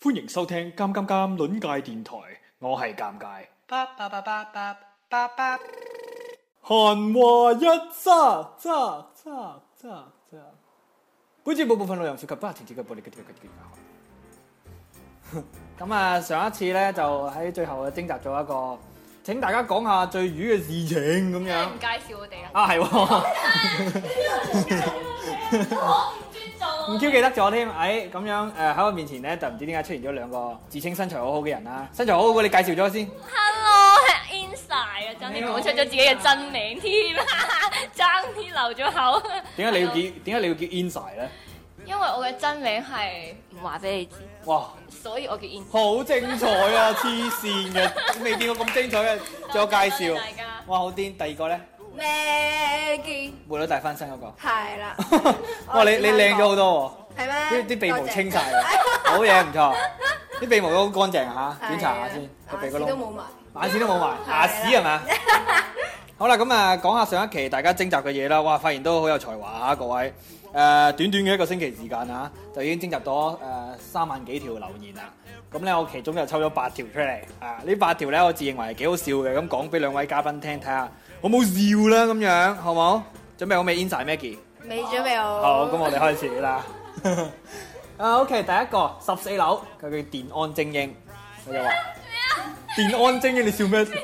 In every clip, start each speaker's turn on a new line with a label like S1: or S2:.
S1: 歡迎收聽《尷尷尷》論界電台，我係尷尬。
S2: Ba ba ba ba ba ba ba.
S1: 閒話一揸揸揸揸揸。本節目部分內容涉及不停止嘅暴力嘅嘅嘅
S3: 咁啊，上一次咧就喺最後啊徵集咗一個，請大家講下最瘀嘅事情咁
S4: 你
S3: 樣
S4: 唔。介紹我哋啊？
S3: 啊，係喎， 唔 Q 記得咗添。哎，咁樣誒喺我面前咧就唔知點解出現咗兩個自稱身材好好嘅人啦。身材好好嘅你介紹咗先。
S4: Hello，係 Inside 啊，真係講出咗自己嘅真名添， 爭啲流咗口。
S3: 點解你要叫點解你要叫 inside 咧？
S4: 因為我嘅真名係唔話俾你知，
S3: 哇，
S4: 所以我叫 Inside。
S3: 好精彩啊！黐線嘅，未見過咁精彩嘅，仲有介紹
S4: 多謝大家。
S3: 哇，好癲！第二個咧，
S5: Maggie
S3: 冇女大翻身嗰個。
S5: 係啦，
S3: 哇，你你靚咗好多喎！
S5: 係
S3: 啲
S5: 咩？
S3: 啲鼻毛清
S5: 多謝
S3: 晒嘅，好嘢唔錯。啲鼻毛都好乾淨嚇，
S5: 係啊
S3: 檢查下先，個鼻
S5: 眼
S3: 個
S5: 屎都
S3: 窿，
S5: 冇埋，
S3: 眼屎都冇埋，
S5: 係啦
S3: 牙屎係 咪？啊好啦，咁啊，講下上一期大家徵集嘅嘢啦。哇，發現都好有才華啊，各位。誒、短短嘅一個星期時間啊，就已經徵集咗誒三萬幾條留言啦。咁咧，我其中就抽咗八條出嚟。啊，呢八條咧，我自認為係幾好笑嘅，咁講俾兩位嘉賓聽，睇下好冇笑啦咁樣，好冇？準備好未 i n s i Maggie？
S5: 未準備好。
S3: 好，咁我哋開始啦。 啊，OK，第一個十四樓，佢叫電安精英，佢 就話：
S5: 啊
S3: 電安精英，你笑咩？唔
S4: 自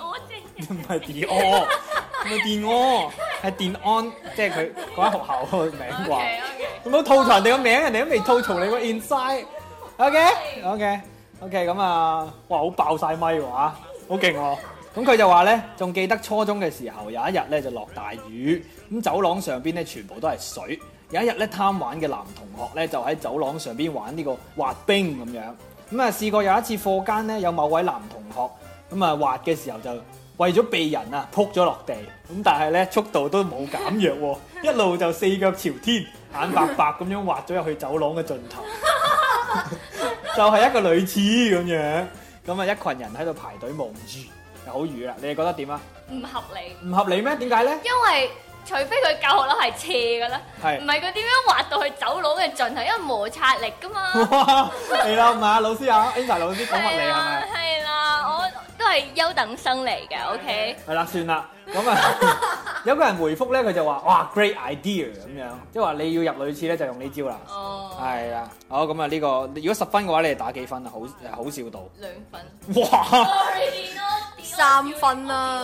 S4: 我精
S3: 係電安，唔係電安，係電安，即係佢嗰間學校個名啩。
S4: OK OK，
S3: 咁都吐槽人哋個名，人哋都未吐槽你個 inside。OK，OK，OK，咁啊，哇，好爆晒咪喎嚇，好勁喎！咁佢就話咧，仲記得初中嘅時候，有一日咧就落大雨，咁走廊上邊咧全部都係水。有一日咧貪玩嘅男同學咧就喺走廊上邊玩呢個滑冰咁樣。咁啊試過有一次課間咧有某位男同學咁啊滑嘅時候就為咗避人啊撲咗落地，咁但係咧速度都冇減弱喎，一路就四腳朝天，眼白白咁樣滑咗入去走廊嘅盡頭。就係一個女廁咁樣，咁啊一群人喺度排隊望住，就好瘀啦。你哋覺得點啊？
S4: 唔合理，
S3: 唔合理咩？點解咧？
S4: 因為除非佢教學樓係斜嘅啦，唔
S3: 係
S4: 係佢點樣滑到去走廊嘅盡頭，因為摩擦力 噶嘛。
S3: 哇，係啦，唔係啊，老師啊，Angel 老師講物理
S4: 係
S3: 係
S4: 啦
S3: 咪？
S4: 係啦，我都係優等生嚟嘅，OK。
S3: 係啦，算啦，咁啊 有個人回覆咧，佢就話：哇，great idea 咁樣，即係話你要入女廁咧就用呢招啦。
S4: 哦，
S3: 係啦，好咁啊呢個，如果十分嘅話，你哋打幾分啊？好好笑到，
S4: 兩分。
S3: 哇！
S5: 三分啦，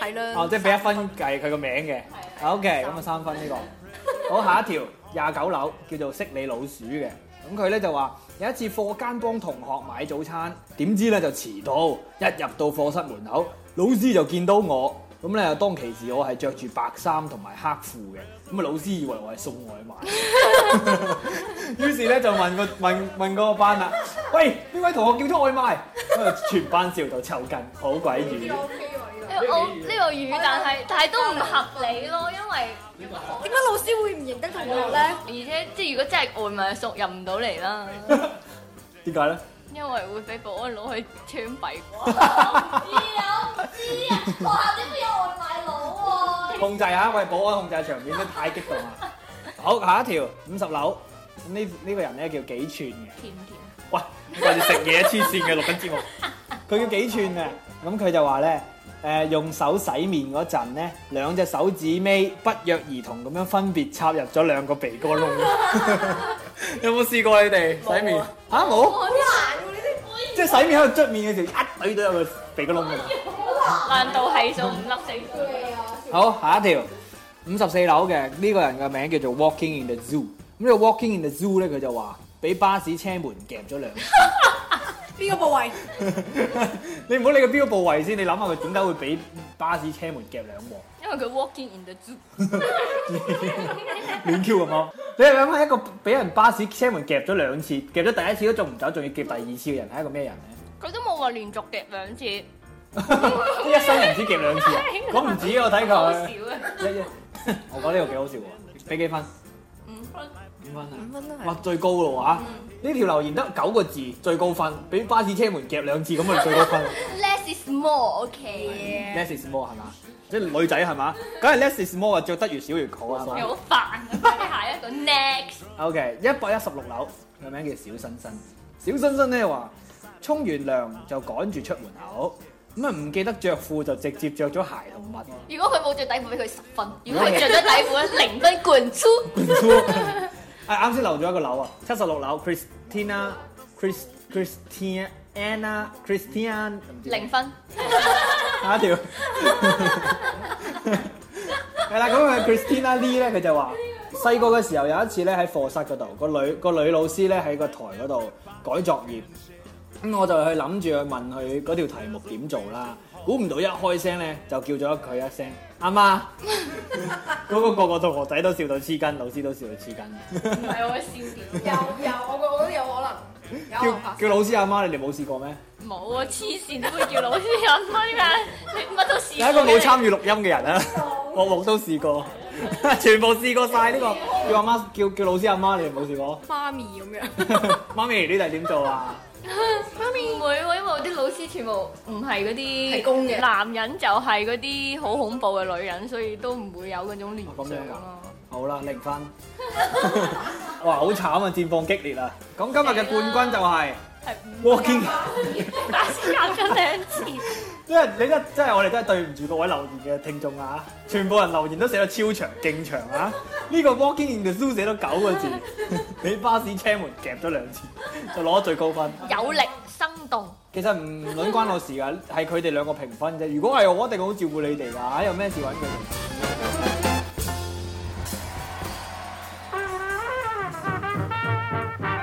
S5: 係啦。
S3: 哦，即係俾一分計佢個名嘅。OK，咁啊三分呢個。好，下一條廿九樓叫做識你老鼠嘅。咁佢咧就話有一次課間幫同學買早餐，點知咧就遲到，一入到課室門口，老師就見到我。咁咧當其時我係着住白衫同埋黑褲嘅，咁啊老師以為我係送外賣。 於是咧就問個問問嗰個班啦，喂，邊位同學叫咗外賣？咁啊全班笑到抽筋，好鬼遠。
S4: 呢個澳呢個語，但係但係都唔合理咯，因為
S5: 點解老師會唔認得同學咧？
S4: 而且即係如果真係外賣送入唔到嚟啦，
S3: 點解咧？
S4: 因為會俾保安攞去槍斃啩。唔知啊，唔知啊，學校點會有外賣佬喎？
S3: 控制下，喂，保安控制場面都太激動啦。好，下一條五十樓，咁呢呢個人咧叫幾寸嘅，
S4: 甜唔甜？
S3: 喂，掛住食嘢黐線嘅錄緊節目，佢叫幾寸嘅，咁佢就話咧。誒、用手洗面嗰陣咧，兩隻手指尾不約而同咁樣分別插入咗兩個鼻哥窿。有冇試過你哋洗面？嚇冇、
S4: 好難喎！你
S3: 即係洗面喺度捽面嘅時候，一懟到入個鼻哥窿㗎嘛。
S4: 啲難度係數五粒四個。
S3: 好，下一條五十四樓嘅呢個人嘅名叫做 Walking in the Zoo。咁呢個 Walking in the Zoo 咧，佢就話俾巴士車門夾咗兩 次。
S5: 邊個部位？
S3: 你唔好理個邊個部位先，你諗下佢點解會俾巴士車門夾兩鑊？
S4: 因為佢 walking in the zoo，
S3: 亂 Q 咁咯。你係諗下一個俾人巴士車門夾咗兩次，夾咗第一次都仲唔走，仲要夾第二次嘅人係一個咩人咧？
S4: 佢都冇話連續夾兩 次，
S3: 一生人只夾兩次啊！我唔止，我睇
S4: 好
S3: 佢
S4: 少啊，
S3: 一 一，我覺得呢個幾好笑喎。俾幾分？
S4: 五分。
S3: 五分啊！
S5: 五分都
S3: 哇
S5: 係。，
S3: 最高咯嚇！呢條留言得九個字，最高分，俾巴士車門夾兩次咁咪最高分。
S4: Less is more，OK。
S3: less is more 係嘛？即係女仔係嘛？梗係 less is more 啊，著得越少越好啊
S4: 你
S3: 嘛。
S4: 好 煩啊！快啲下一個 next。
S3: OK，一百一十六樓，佢名叫小新新。小新新咧話沖完涼就趕住出門口，咁啊唔記得着褲就直接着咗鞋同襪。
S4: 如果佢冇着底褲，俾佢十分；如果佢着咗底褲咧，零分滾粗。
S3: 啊，啱先漏咗一個樓啊，七十六樓 Christina Chris Christina Anna Christian 唔知
S4: 零分，
S3: 下一條。係啦，咁佢 Christina Lee 咧，佢就話細個嘅時候有一次咧喺課室嗰度，個女個女老師咧喺個台嗰度改作業，咁我就去諗住去問佢嗰條題目點做啦。估唔到一開聲咧就叫咗佢一聲阿媽，嗰個個個同學仔都笑到黐筋，老師都笑到黐筋。
S4: 唔係我嘅笑點。
S5: 有有，我覺我覺得有可能，有可能
S3: 叫
S5: 哦發生。
S3: 叫老師阿媽，你哋冇試過咩？
S4: 冇啊！黐線都會叫老師人啦，呢個人你乜都 試
S3: 有
S4: 過嘅。
S3: 一個冇參與錄音嘅人啊， 我我都試過， 全部試過晒呢、個。叫阿媽，叫叫老師阿媽，你哋冇試過？
S5: 媽咪咁樣，
S3: 媽咪呢題點做啊？
S4: 唔 會喎，因為我啲老師全部唔係嗰啲
S5: 提供嘅
S4: 男人就係嗰啲好恐怖嘅女人，所以都唔會有嗰種聯
S3: 咁樣
S4: 想
S3: 㗎
S4: 咯。
S3: 好啦，零分。 哇，好慘啊！戰況激烈啊！咁今日嘅冠軍就係啊
S4: 係
S3: Walking，
S4: 打先咬咗兩次，
S3: 即係你真真係我哋真係對唔住各位留言嘅聽眾啊！全部人留言都寫到超長、勁長啊！呢、個 Walking in the Zoo 寫到九個 字，俾巴士車門夾咗兩次，就攞咗最高分。
S4: 有力生動，
S3: 其實唔撚關我事㗎，係佢哋兩個評分啫。如果係我，一定好照顧你哋㗎。有咩事揾佢哋。
S4: 跟住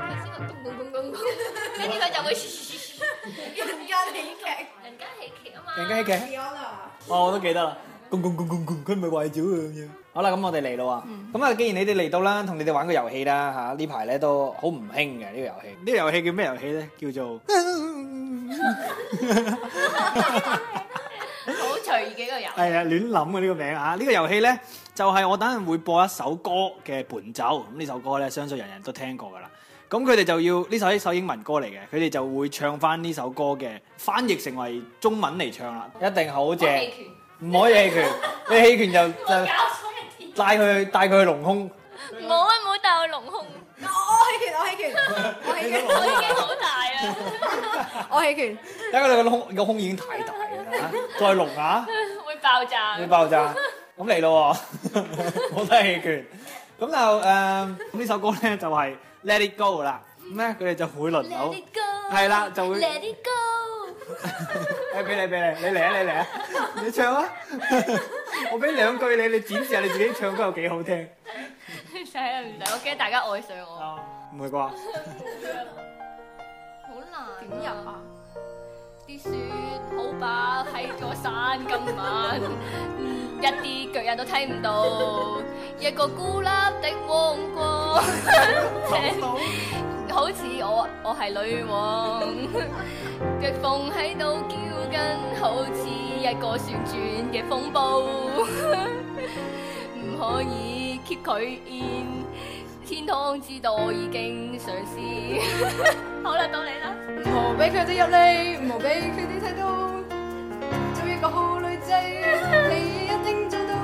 S4: 佢先個咚咚咚咚咚，跟住佢就會噓噓噓噓
S5: 人家喜
S4: 人家喜
S5: 劇
S4: 劇啊嘛。
S3: 人家喜劇，
S5: ，Fiona，
S3: 哦，我都記得啦。公公公公公，佢咪壞咗啊咁樣。好啦，咁我哋嚟啦喎。咁啊，既然你哋嚟到啦，同你哋玩個遊戲啦嚇。呢排咧都好唔興嘅呢個遊戲。呢個遊戲叫咩遊戲咧？叫做
S4: 好隨意嘅一個遊戲，
S3: 係啊，亂諗嘅呢個名啊！呢、個遊戲呢，就係、我等陣會播一首歌嘅伴奏，咁呢首歌呢，相信人人都聽過噶啦。咁佢哋就要呢首係一首英文歌嚟嘅，佢哋就會唱翻呢首歌嘅翻譯成為中文嚟唱啦，一定好正，
S4: 棄權，
S3: 唔可以棄 權，你棄權就
S4: 搞
S3: 就
S4: 錯一
S3: 帶佢帶佢去龍空，
S4: 啲，冇啊冇大我隆胸，
S5: 我我喜拳，我喜拳，我喜拳，
S4: 我已經好大啊，
S5: 我喜拳，
S3: 因為佢個胸個胸已經太大啦，再龍啊！
S4: 會爆炸
S3: 會。爆炸。咁嚟 咯喎，我都係棄權。咁就誒，呃咁、呢首歌咧就係、Let It Go 啦。咁咧佢哋就會輪
S4: Let
S3: 流
S4: it go，
S3: 係啦就會
S4: ，Let it go，
S3: 誒俾你俾你，你嚟啊你嚟啊，你唱啊！ 我俾兩句你，你展示下你自己唱歌有幾好聽。
S4: 唔使啦唔使，我驚大家愛上我。
S3: 唔會啩？
S4: 好難
S5: 點入啊？
S4: 啲雪好白喺座山，今晚一啲腳印都睇唔到，一個孤立的王國， 好似我我係女王， 腳縫喺度叫緊，好似一個旋轉嘅風暴， 唔可以 keep 佢 in，天堂之道已經嘗試， 好啦，到你啦。
S5: 唔好俾佢哋入嚟，唔好俾佢哋睇到，做一個好女仔，你一定做到，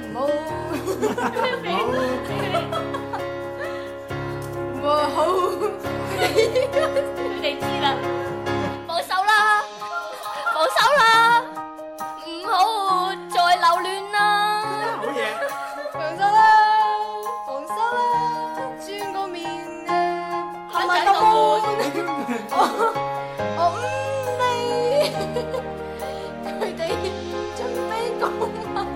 S5: 唔好，唔好。
S4: 佢哋知啦，放手啦，放手啦，唔好再留戀啦。
S3: 好嘢！
S5: 放手啦，放手啦，轉個面啊，係咪咁悶？我唔理，佢哋準備講啦，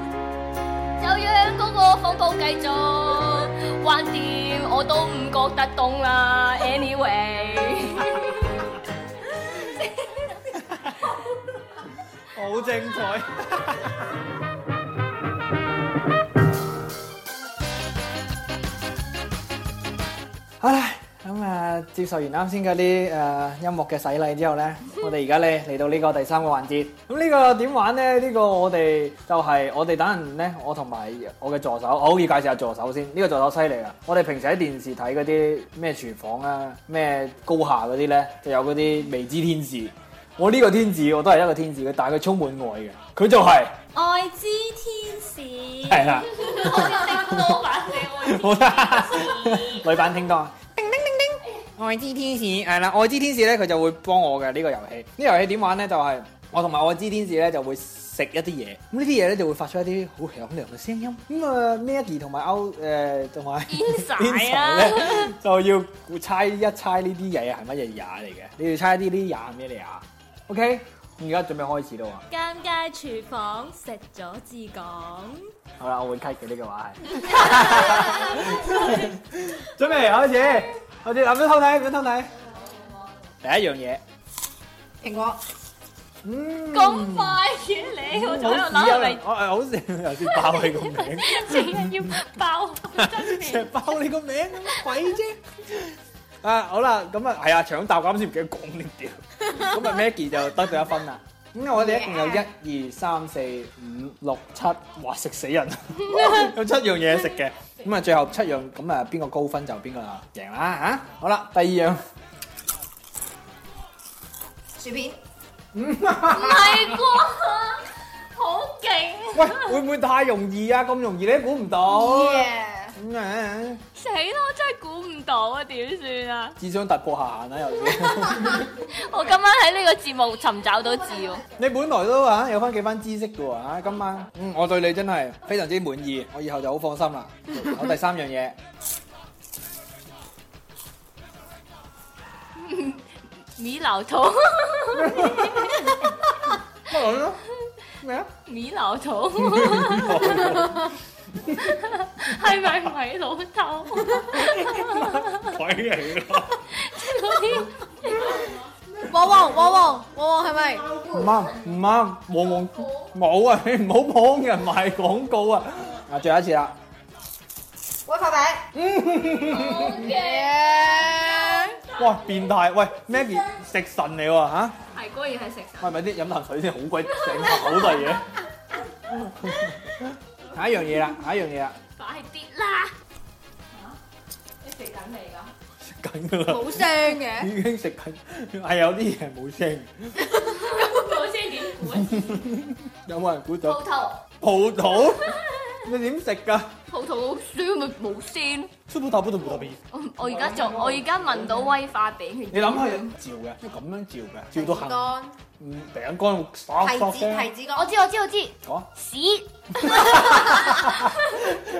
S4: 就讓嗰個風暴繼續橫掂，我都唔覺得凍啦。Anyway，
S3: 好精彩。好啦，咁啊，接受完啱先嗰啲誒音樂嘅洗禮之後咧，我哋而家咧嚟到呢個第三個環節。咁呢個點玩咧？呢、個我哋就係、我哋等陣咧，我同埋我嘅助手，我好易介紹下助手先。呢、個助手犀利啦！啊我哋平時喺電視睇嗰啲咩廚房啊、咩高下嗰啲咧，就有嗰啲未知天使。我呢個天使我都係一個天使嘅，但係佢充滿愛嘅，佢就係
S4: 愛之天使，
S3: 係啦，
S4: 好有啲多版嘅愛之
S3: 好啦
S4: 天使。
S3: 女版叮當。啊愛之天使係啦，愛之天使咧佢就會幫我嘅呢、個遊戲。呢、個遊戲點玩咧？就係、我同埋愛之天使咧就會食一啲嘢，咁呢啲嘢咧就會發出一啲好響亮嘅聲音。咁啊，Maggie 同埋歐誒同埋。
S4: 癲
S3: 邊
S4: 晒
S3: 層咧
S4: 啦！
S3: 就要猜一猜呢啲嘢係乜嘢呀嚟嘅，你要猜啲呢啲呀係咩嚟呀？OK，而家準備開始啦喎。
S6: 尷尬廚房食咗至講，
S3: 好啦，我會 cut 佢呢個話係。 準備開始，開始，嗱，唔好偷睇，唔好偷睇。第一樣嘢，
S5: 蘋果，
S3: 嗯，
S4: 咁快嘅你，我仲喺度
S3: 好屎
S4: 諗
S3: 啊
S4: 係咪
S3: 我誒好笑，頭先爆你個名，
S4: 成日要爆我真
S3: 成日
S4: 名？
S3: 爆你個名，鬼啫！啊，好啦，咁啊，係啊，搶答啱先唔記得講呢條，咁啊 Maggie 就得咗一分啦。咁我哋一共有一二三四五六七，哇食死人！有七樣嘢食嘅，咁啊最後七樣咁啊邊個高分就邊個贏啦嚇、啊好啦，第二樣。
S5: 薯片，
S4: 唔係啩？好勁！
S3: 喂，會唔會太容易啊？咁容易你都估唔到。
S5: Yeah
S3: 咁啊，
S4: 死啦！我真係估唔到啊，點算啊？
S3: 只想突破下限啦，又要。
S4: 我今晚喺呢個節目尋找到字 喎。
S3: 你本來都啊有翻幾番知識嘅喎啊今晚嗯，我對你真係非常之滿意，我以後就好放 心啦。我第三樣嘢，
S4: 米老頭，
S3: 乜嚟咯？咩啊？
S4: 米老 頭，係咪米老 頭？
S3: 鬼嚟咯！
S4: 嗰啲
S5: 旺旺旺旺旺旺係咪？
S3: 唔啱唔啱，往往冇啊！ 你唔好幫人賣廣告啊！啊，最後一次啦，
S5: 威化餅，yeah
S3: 哇變態！喂，Maggie 食神嚟喎嚇，
S4: 係果然係食神。
S3: 喂咪啲飲啖水先，好鬼整口都 係嘢。下一樣嘢啦，下一樣嘢啦，
S4: 快啲啦！
S3: 食 緊㗎啦，
S5: 冇聲嘅，
S3: 已經食緊，係有啲嘢冇聲。
S4: 我先點估？啊
S3: 有冇人估到
S4: 葡萄，
S3: 葡 萄？你點食㗎？
S4: 葡萄好酸咪冇鮮。
S3: 出葡萄不萄葡萄皮。
S4: 我我而家仲，我而家聞到威化餅。
S3: 你諗下，照嘅，因為咁樣照嘅，照到行，
S5: 當
S3: 嗯，餅乾沙沙聲。
S5: 提子
S4: 我
S5: 乾，
S4: 知我知我知，
S3: 講，
S4: 屎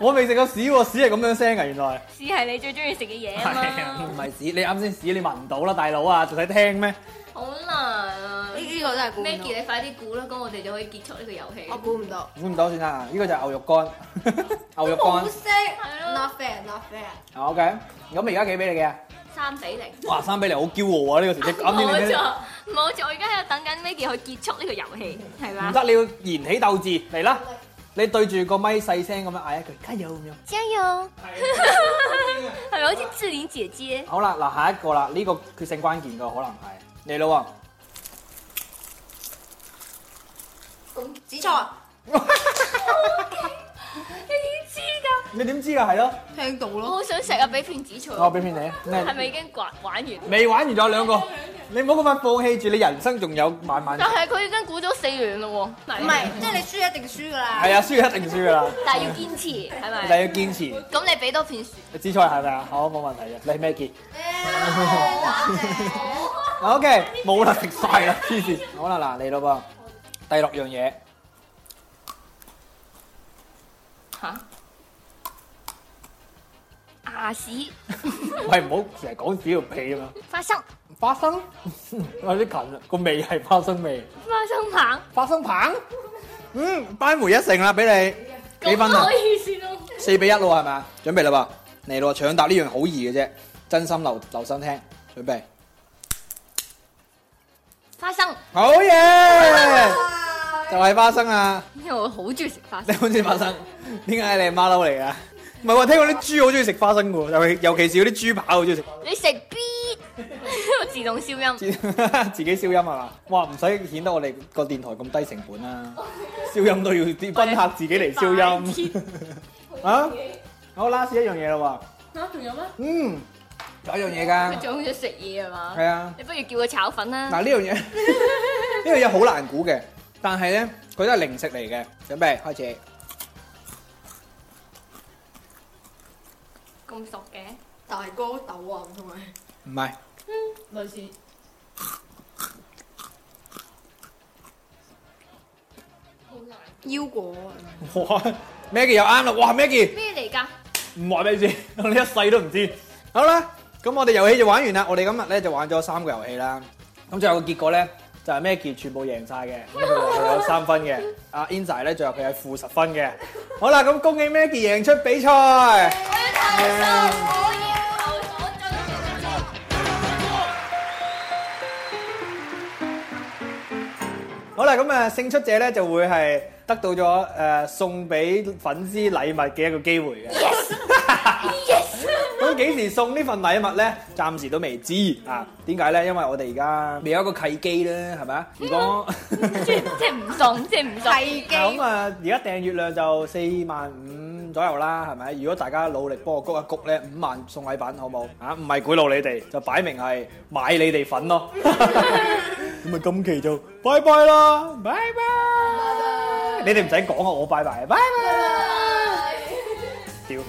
S3: 我未食過屎喎，屎係咁樣聲㗎，原來。
S4: 屎係你最中意食嘅嘢啊
S3: 係啊，
S4: 嘛
S3: 唔。係屎，你啱先屎你聞唔到啦，大佬啊，仲使聽咩？
S4: 好難啊
S5: 呢呢個真係估唔
S4: ！Maggie，
S5: 到，
S4: 你快啲估啦，咁我哋就可以結束呢個遊戲。
S5: 我估唔到，
S3: 估唔到算啦，呢個就係牛肉乾，牛肉
S5: 冇
S3: 乾。
S5: 聲
S4: 咯
S5: ，not fair not fair，
S3: 啊 OK，咁而家幾俾你嘅？
S4: 三比零。
S3: 哇，三俾你好驕傲啊！呢個成績
S4: 冇
S3: 啱先你
S4: 錯，冇錯，我而家喺度等緊 Maggie 去結束呢個遊戲，係
S3: 唔
S4: 嘛？
S3: 得，你要燃起鬥志嚟啦！你對住個咪細聲咁樣嗌一句加油咁樣。
S4: 加油！係咪好似志玲姐姐？
S3: 好啦，嗱下一個啦，呢、個決勝關鍵嘅可能係你老啊！
S5: 紫菜
S4: 你點知㗎？
S3: 你點知㗎？係咯，
S5: 聽到
S4: 我
S5: 咯，
S4: 好想食啊！俾片紫菜，
S3: 我俾片你。
S4: 係
S3: 你
S4: 咪已經玩玩完？
S3: 未玩完仲有兩個，你唔好咁快放棄住，你人生仲有慢 慢。
S4: 但係佢已經估咗四樣咯喎，
S5: 唔係，即係你輸一定輸㗎啦，
S3: 係啊，輸一定輸㗎啦，
S4: 但係要堅持，係
S3: 但
S4: 咪？
S3: 係要堅持。
S4: 咁你俾多片樹，
S3: 紫菜係咪啊？好，冇問題嘅。你係咩結
S5: 誒打正
S3: ？OK，冇啦，食晒啦，黐線。好啦，嗱嚟咯噃，第六樣嘢，
S4: 嚇牙屎
S3: 喂唔好成日講屎條屁啊嘛。
S4: 花生
S3: 花生 有啲近啦，個味係花生味。
S4: 花生棒，
S3: 花生棒，嗯，扳回一城啦，俾你幾分
S4: 咁
S3: 啊
S4: 可？以算咯。
S3: 四比一咯，係咪啊？準備啦噃，嚟咯，搶答呢樣好易嘅啫，真心留留心聽，準備，
S4: 花生，
S3: 好嘢，
S5: 啊
S3: 就係花生啊！
S4: 因為我好中意食花
S3: 你
S4: 生。
S3: 好似花生，點解你係馬騮嚟噶？唔係喎，聽講啲豬好中意食花生嘅喎，尤其尤其是嗰啲豬扒好中意食，
S4: 你食 B，我自動消 音。
S3: 自自己消音係嘛？哇，唔使顯得我哋個電台咁低成本啦、消音都要啲賓客自己嚟消音 啊！好啦，試一樣嘢啦
S4: 嚇，仲有咩？
S3: 喎，嗯，仲有一樣嘢㗎
S4: 佢，仲要食嘢係嘛？
S3: 係啊。
S4: 你不如叫佢炒粉啦。
S3: 嗱呢樣嘢，呢樣嘢好難估嘅，但係咧佢都係零食嚟嘅。準備開始，
S4: 咁熟嘅，
S5: 大哥豆啊，唔同係
S3: 唔係，
S7: 類似
S5: 腰果啊。
S3: 哇，Maggie 又啱啦，哇，Maggie
S4: 咩嚟㗎？
S3: 唔話俾你知，我哋一世都唔知。 好啦，咁我哋遊戲就玩完啦，我哋今日咧就玩咗三個遊戲啦。咁最後個結果咧就係 Maggie 全部贏晒嘅，咁佢佢有三分嘅。阿 In 仔咧最後佢係負十分嘅。好啦，咁恭喜 Maggie 贏出比賽。
S4: 我要投訴，我要投訴，我最唔中意。
S3: 好啦，咁啊勝出者咧就會係得到咗誒、呃送俾粉絲禮物嘅一個機會嘅。Yes，咁幾時送呢份禮物咧？暫時都未知啊。點解咧？因為我哋而家未有一個契機咧，係咪啊？如果
S4: 即即係唔送，即係唔送。契
S3: 咁啊，而家訂閱量就四萬五左右啦，係咪？如果大家努力幫我谷一谷咧，五萬送禮品好冇？啊，唔係賄賂你哋，就擺明係買你哋粉咯。咁啊，今期就拜拜啦，拜拜！你哋唔使講啊，我拜拜，拜拜！屌！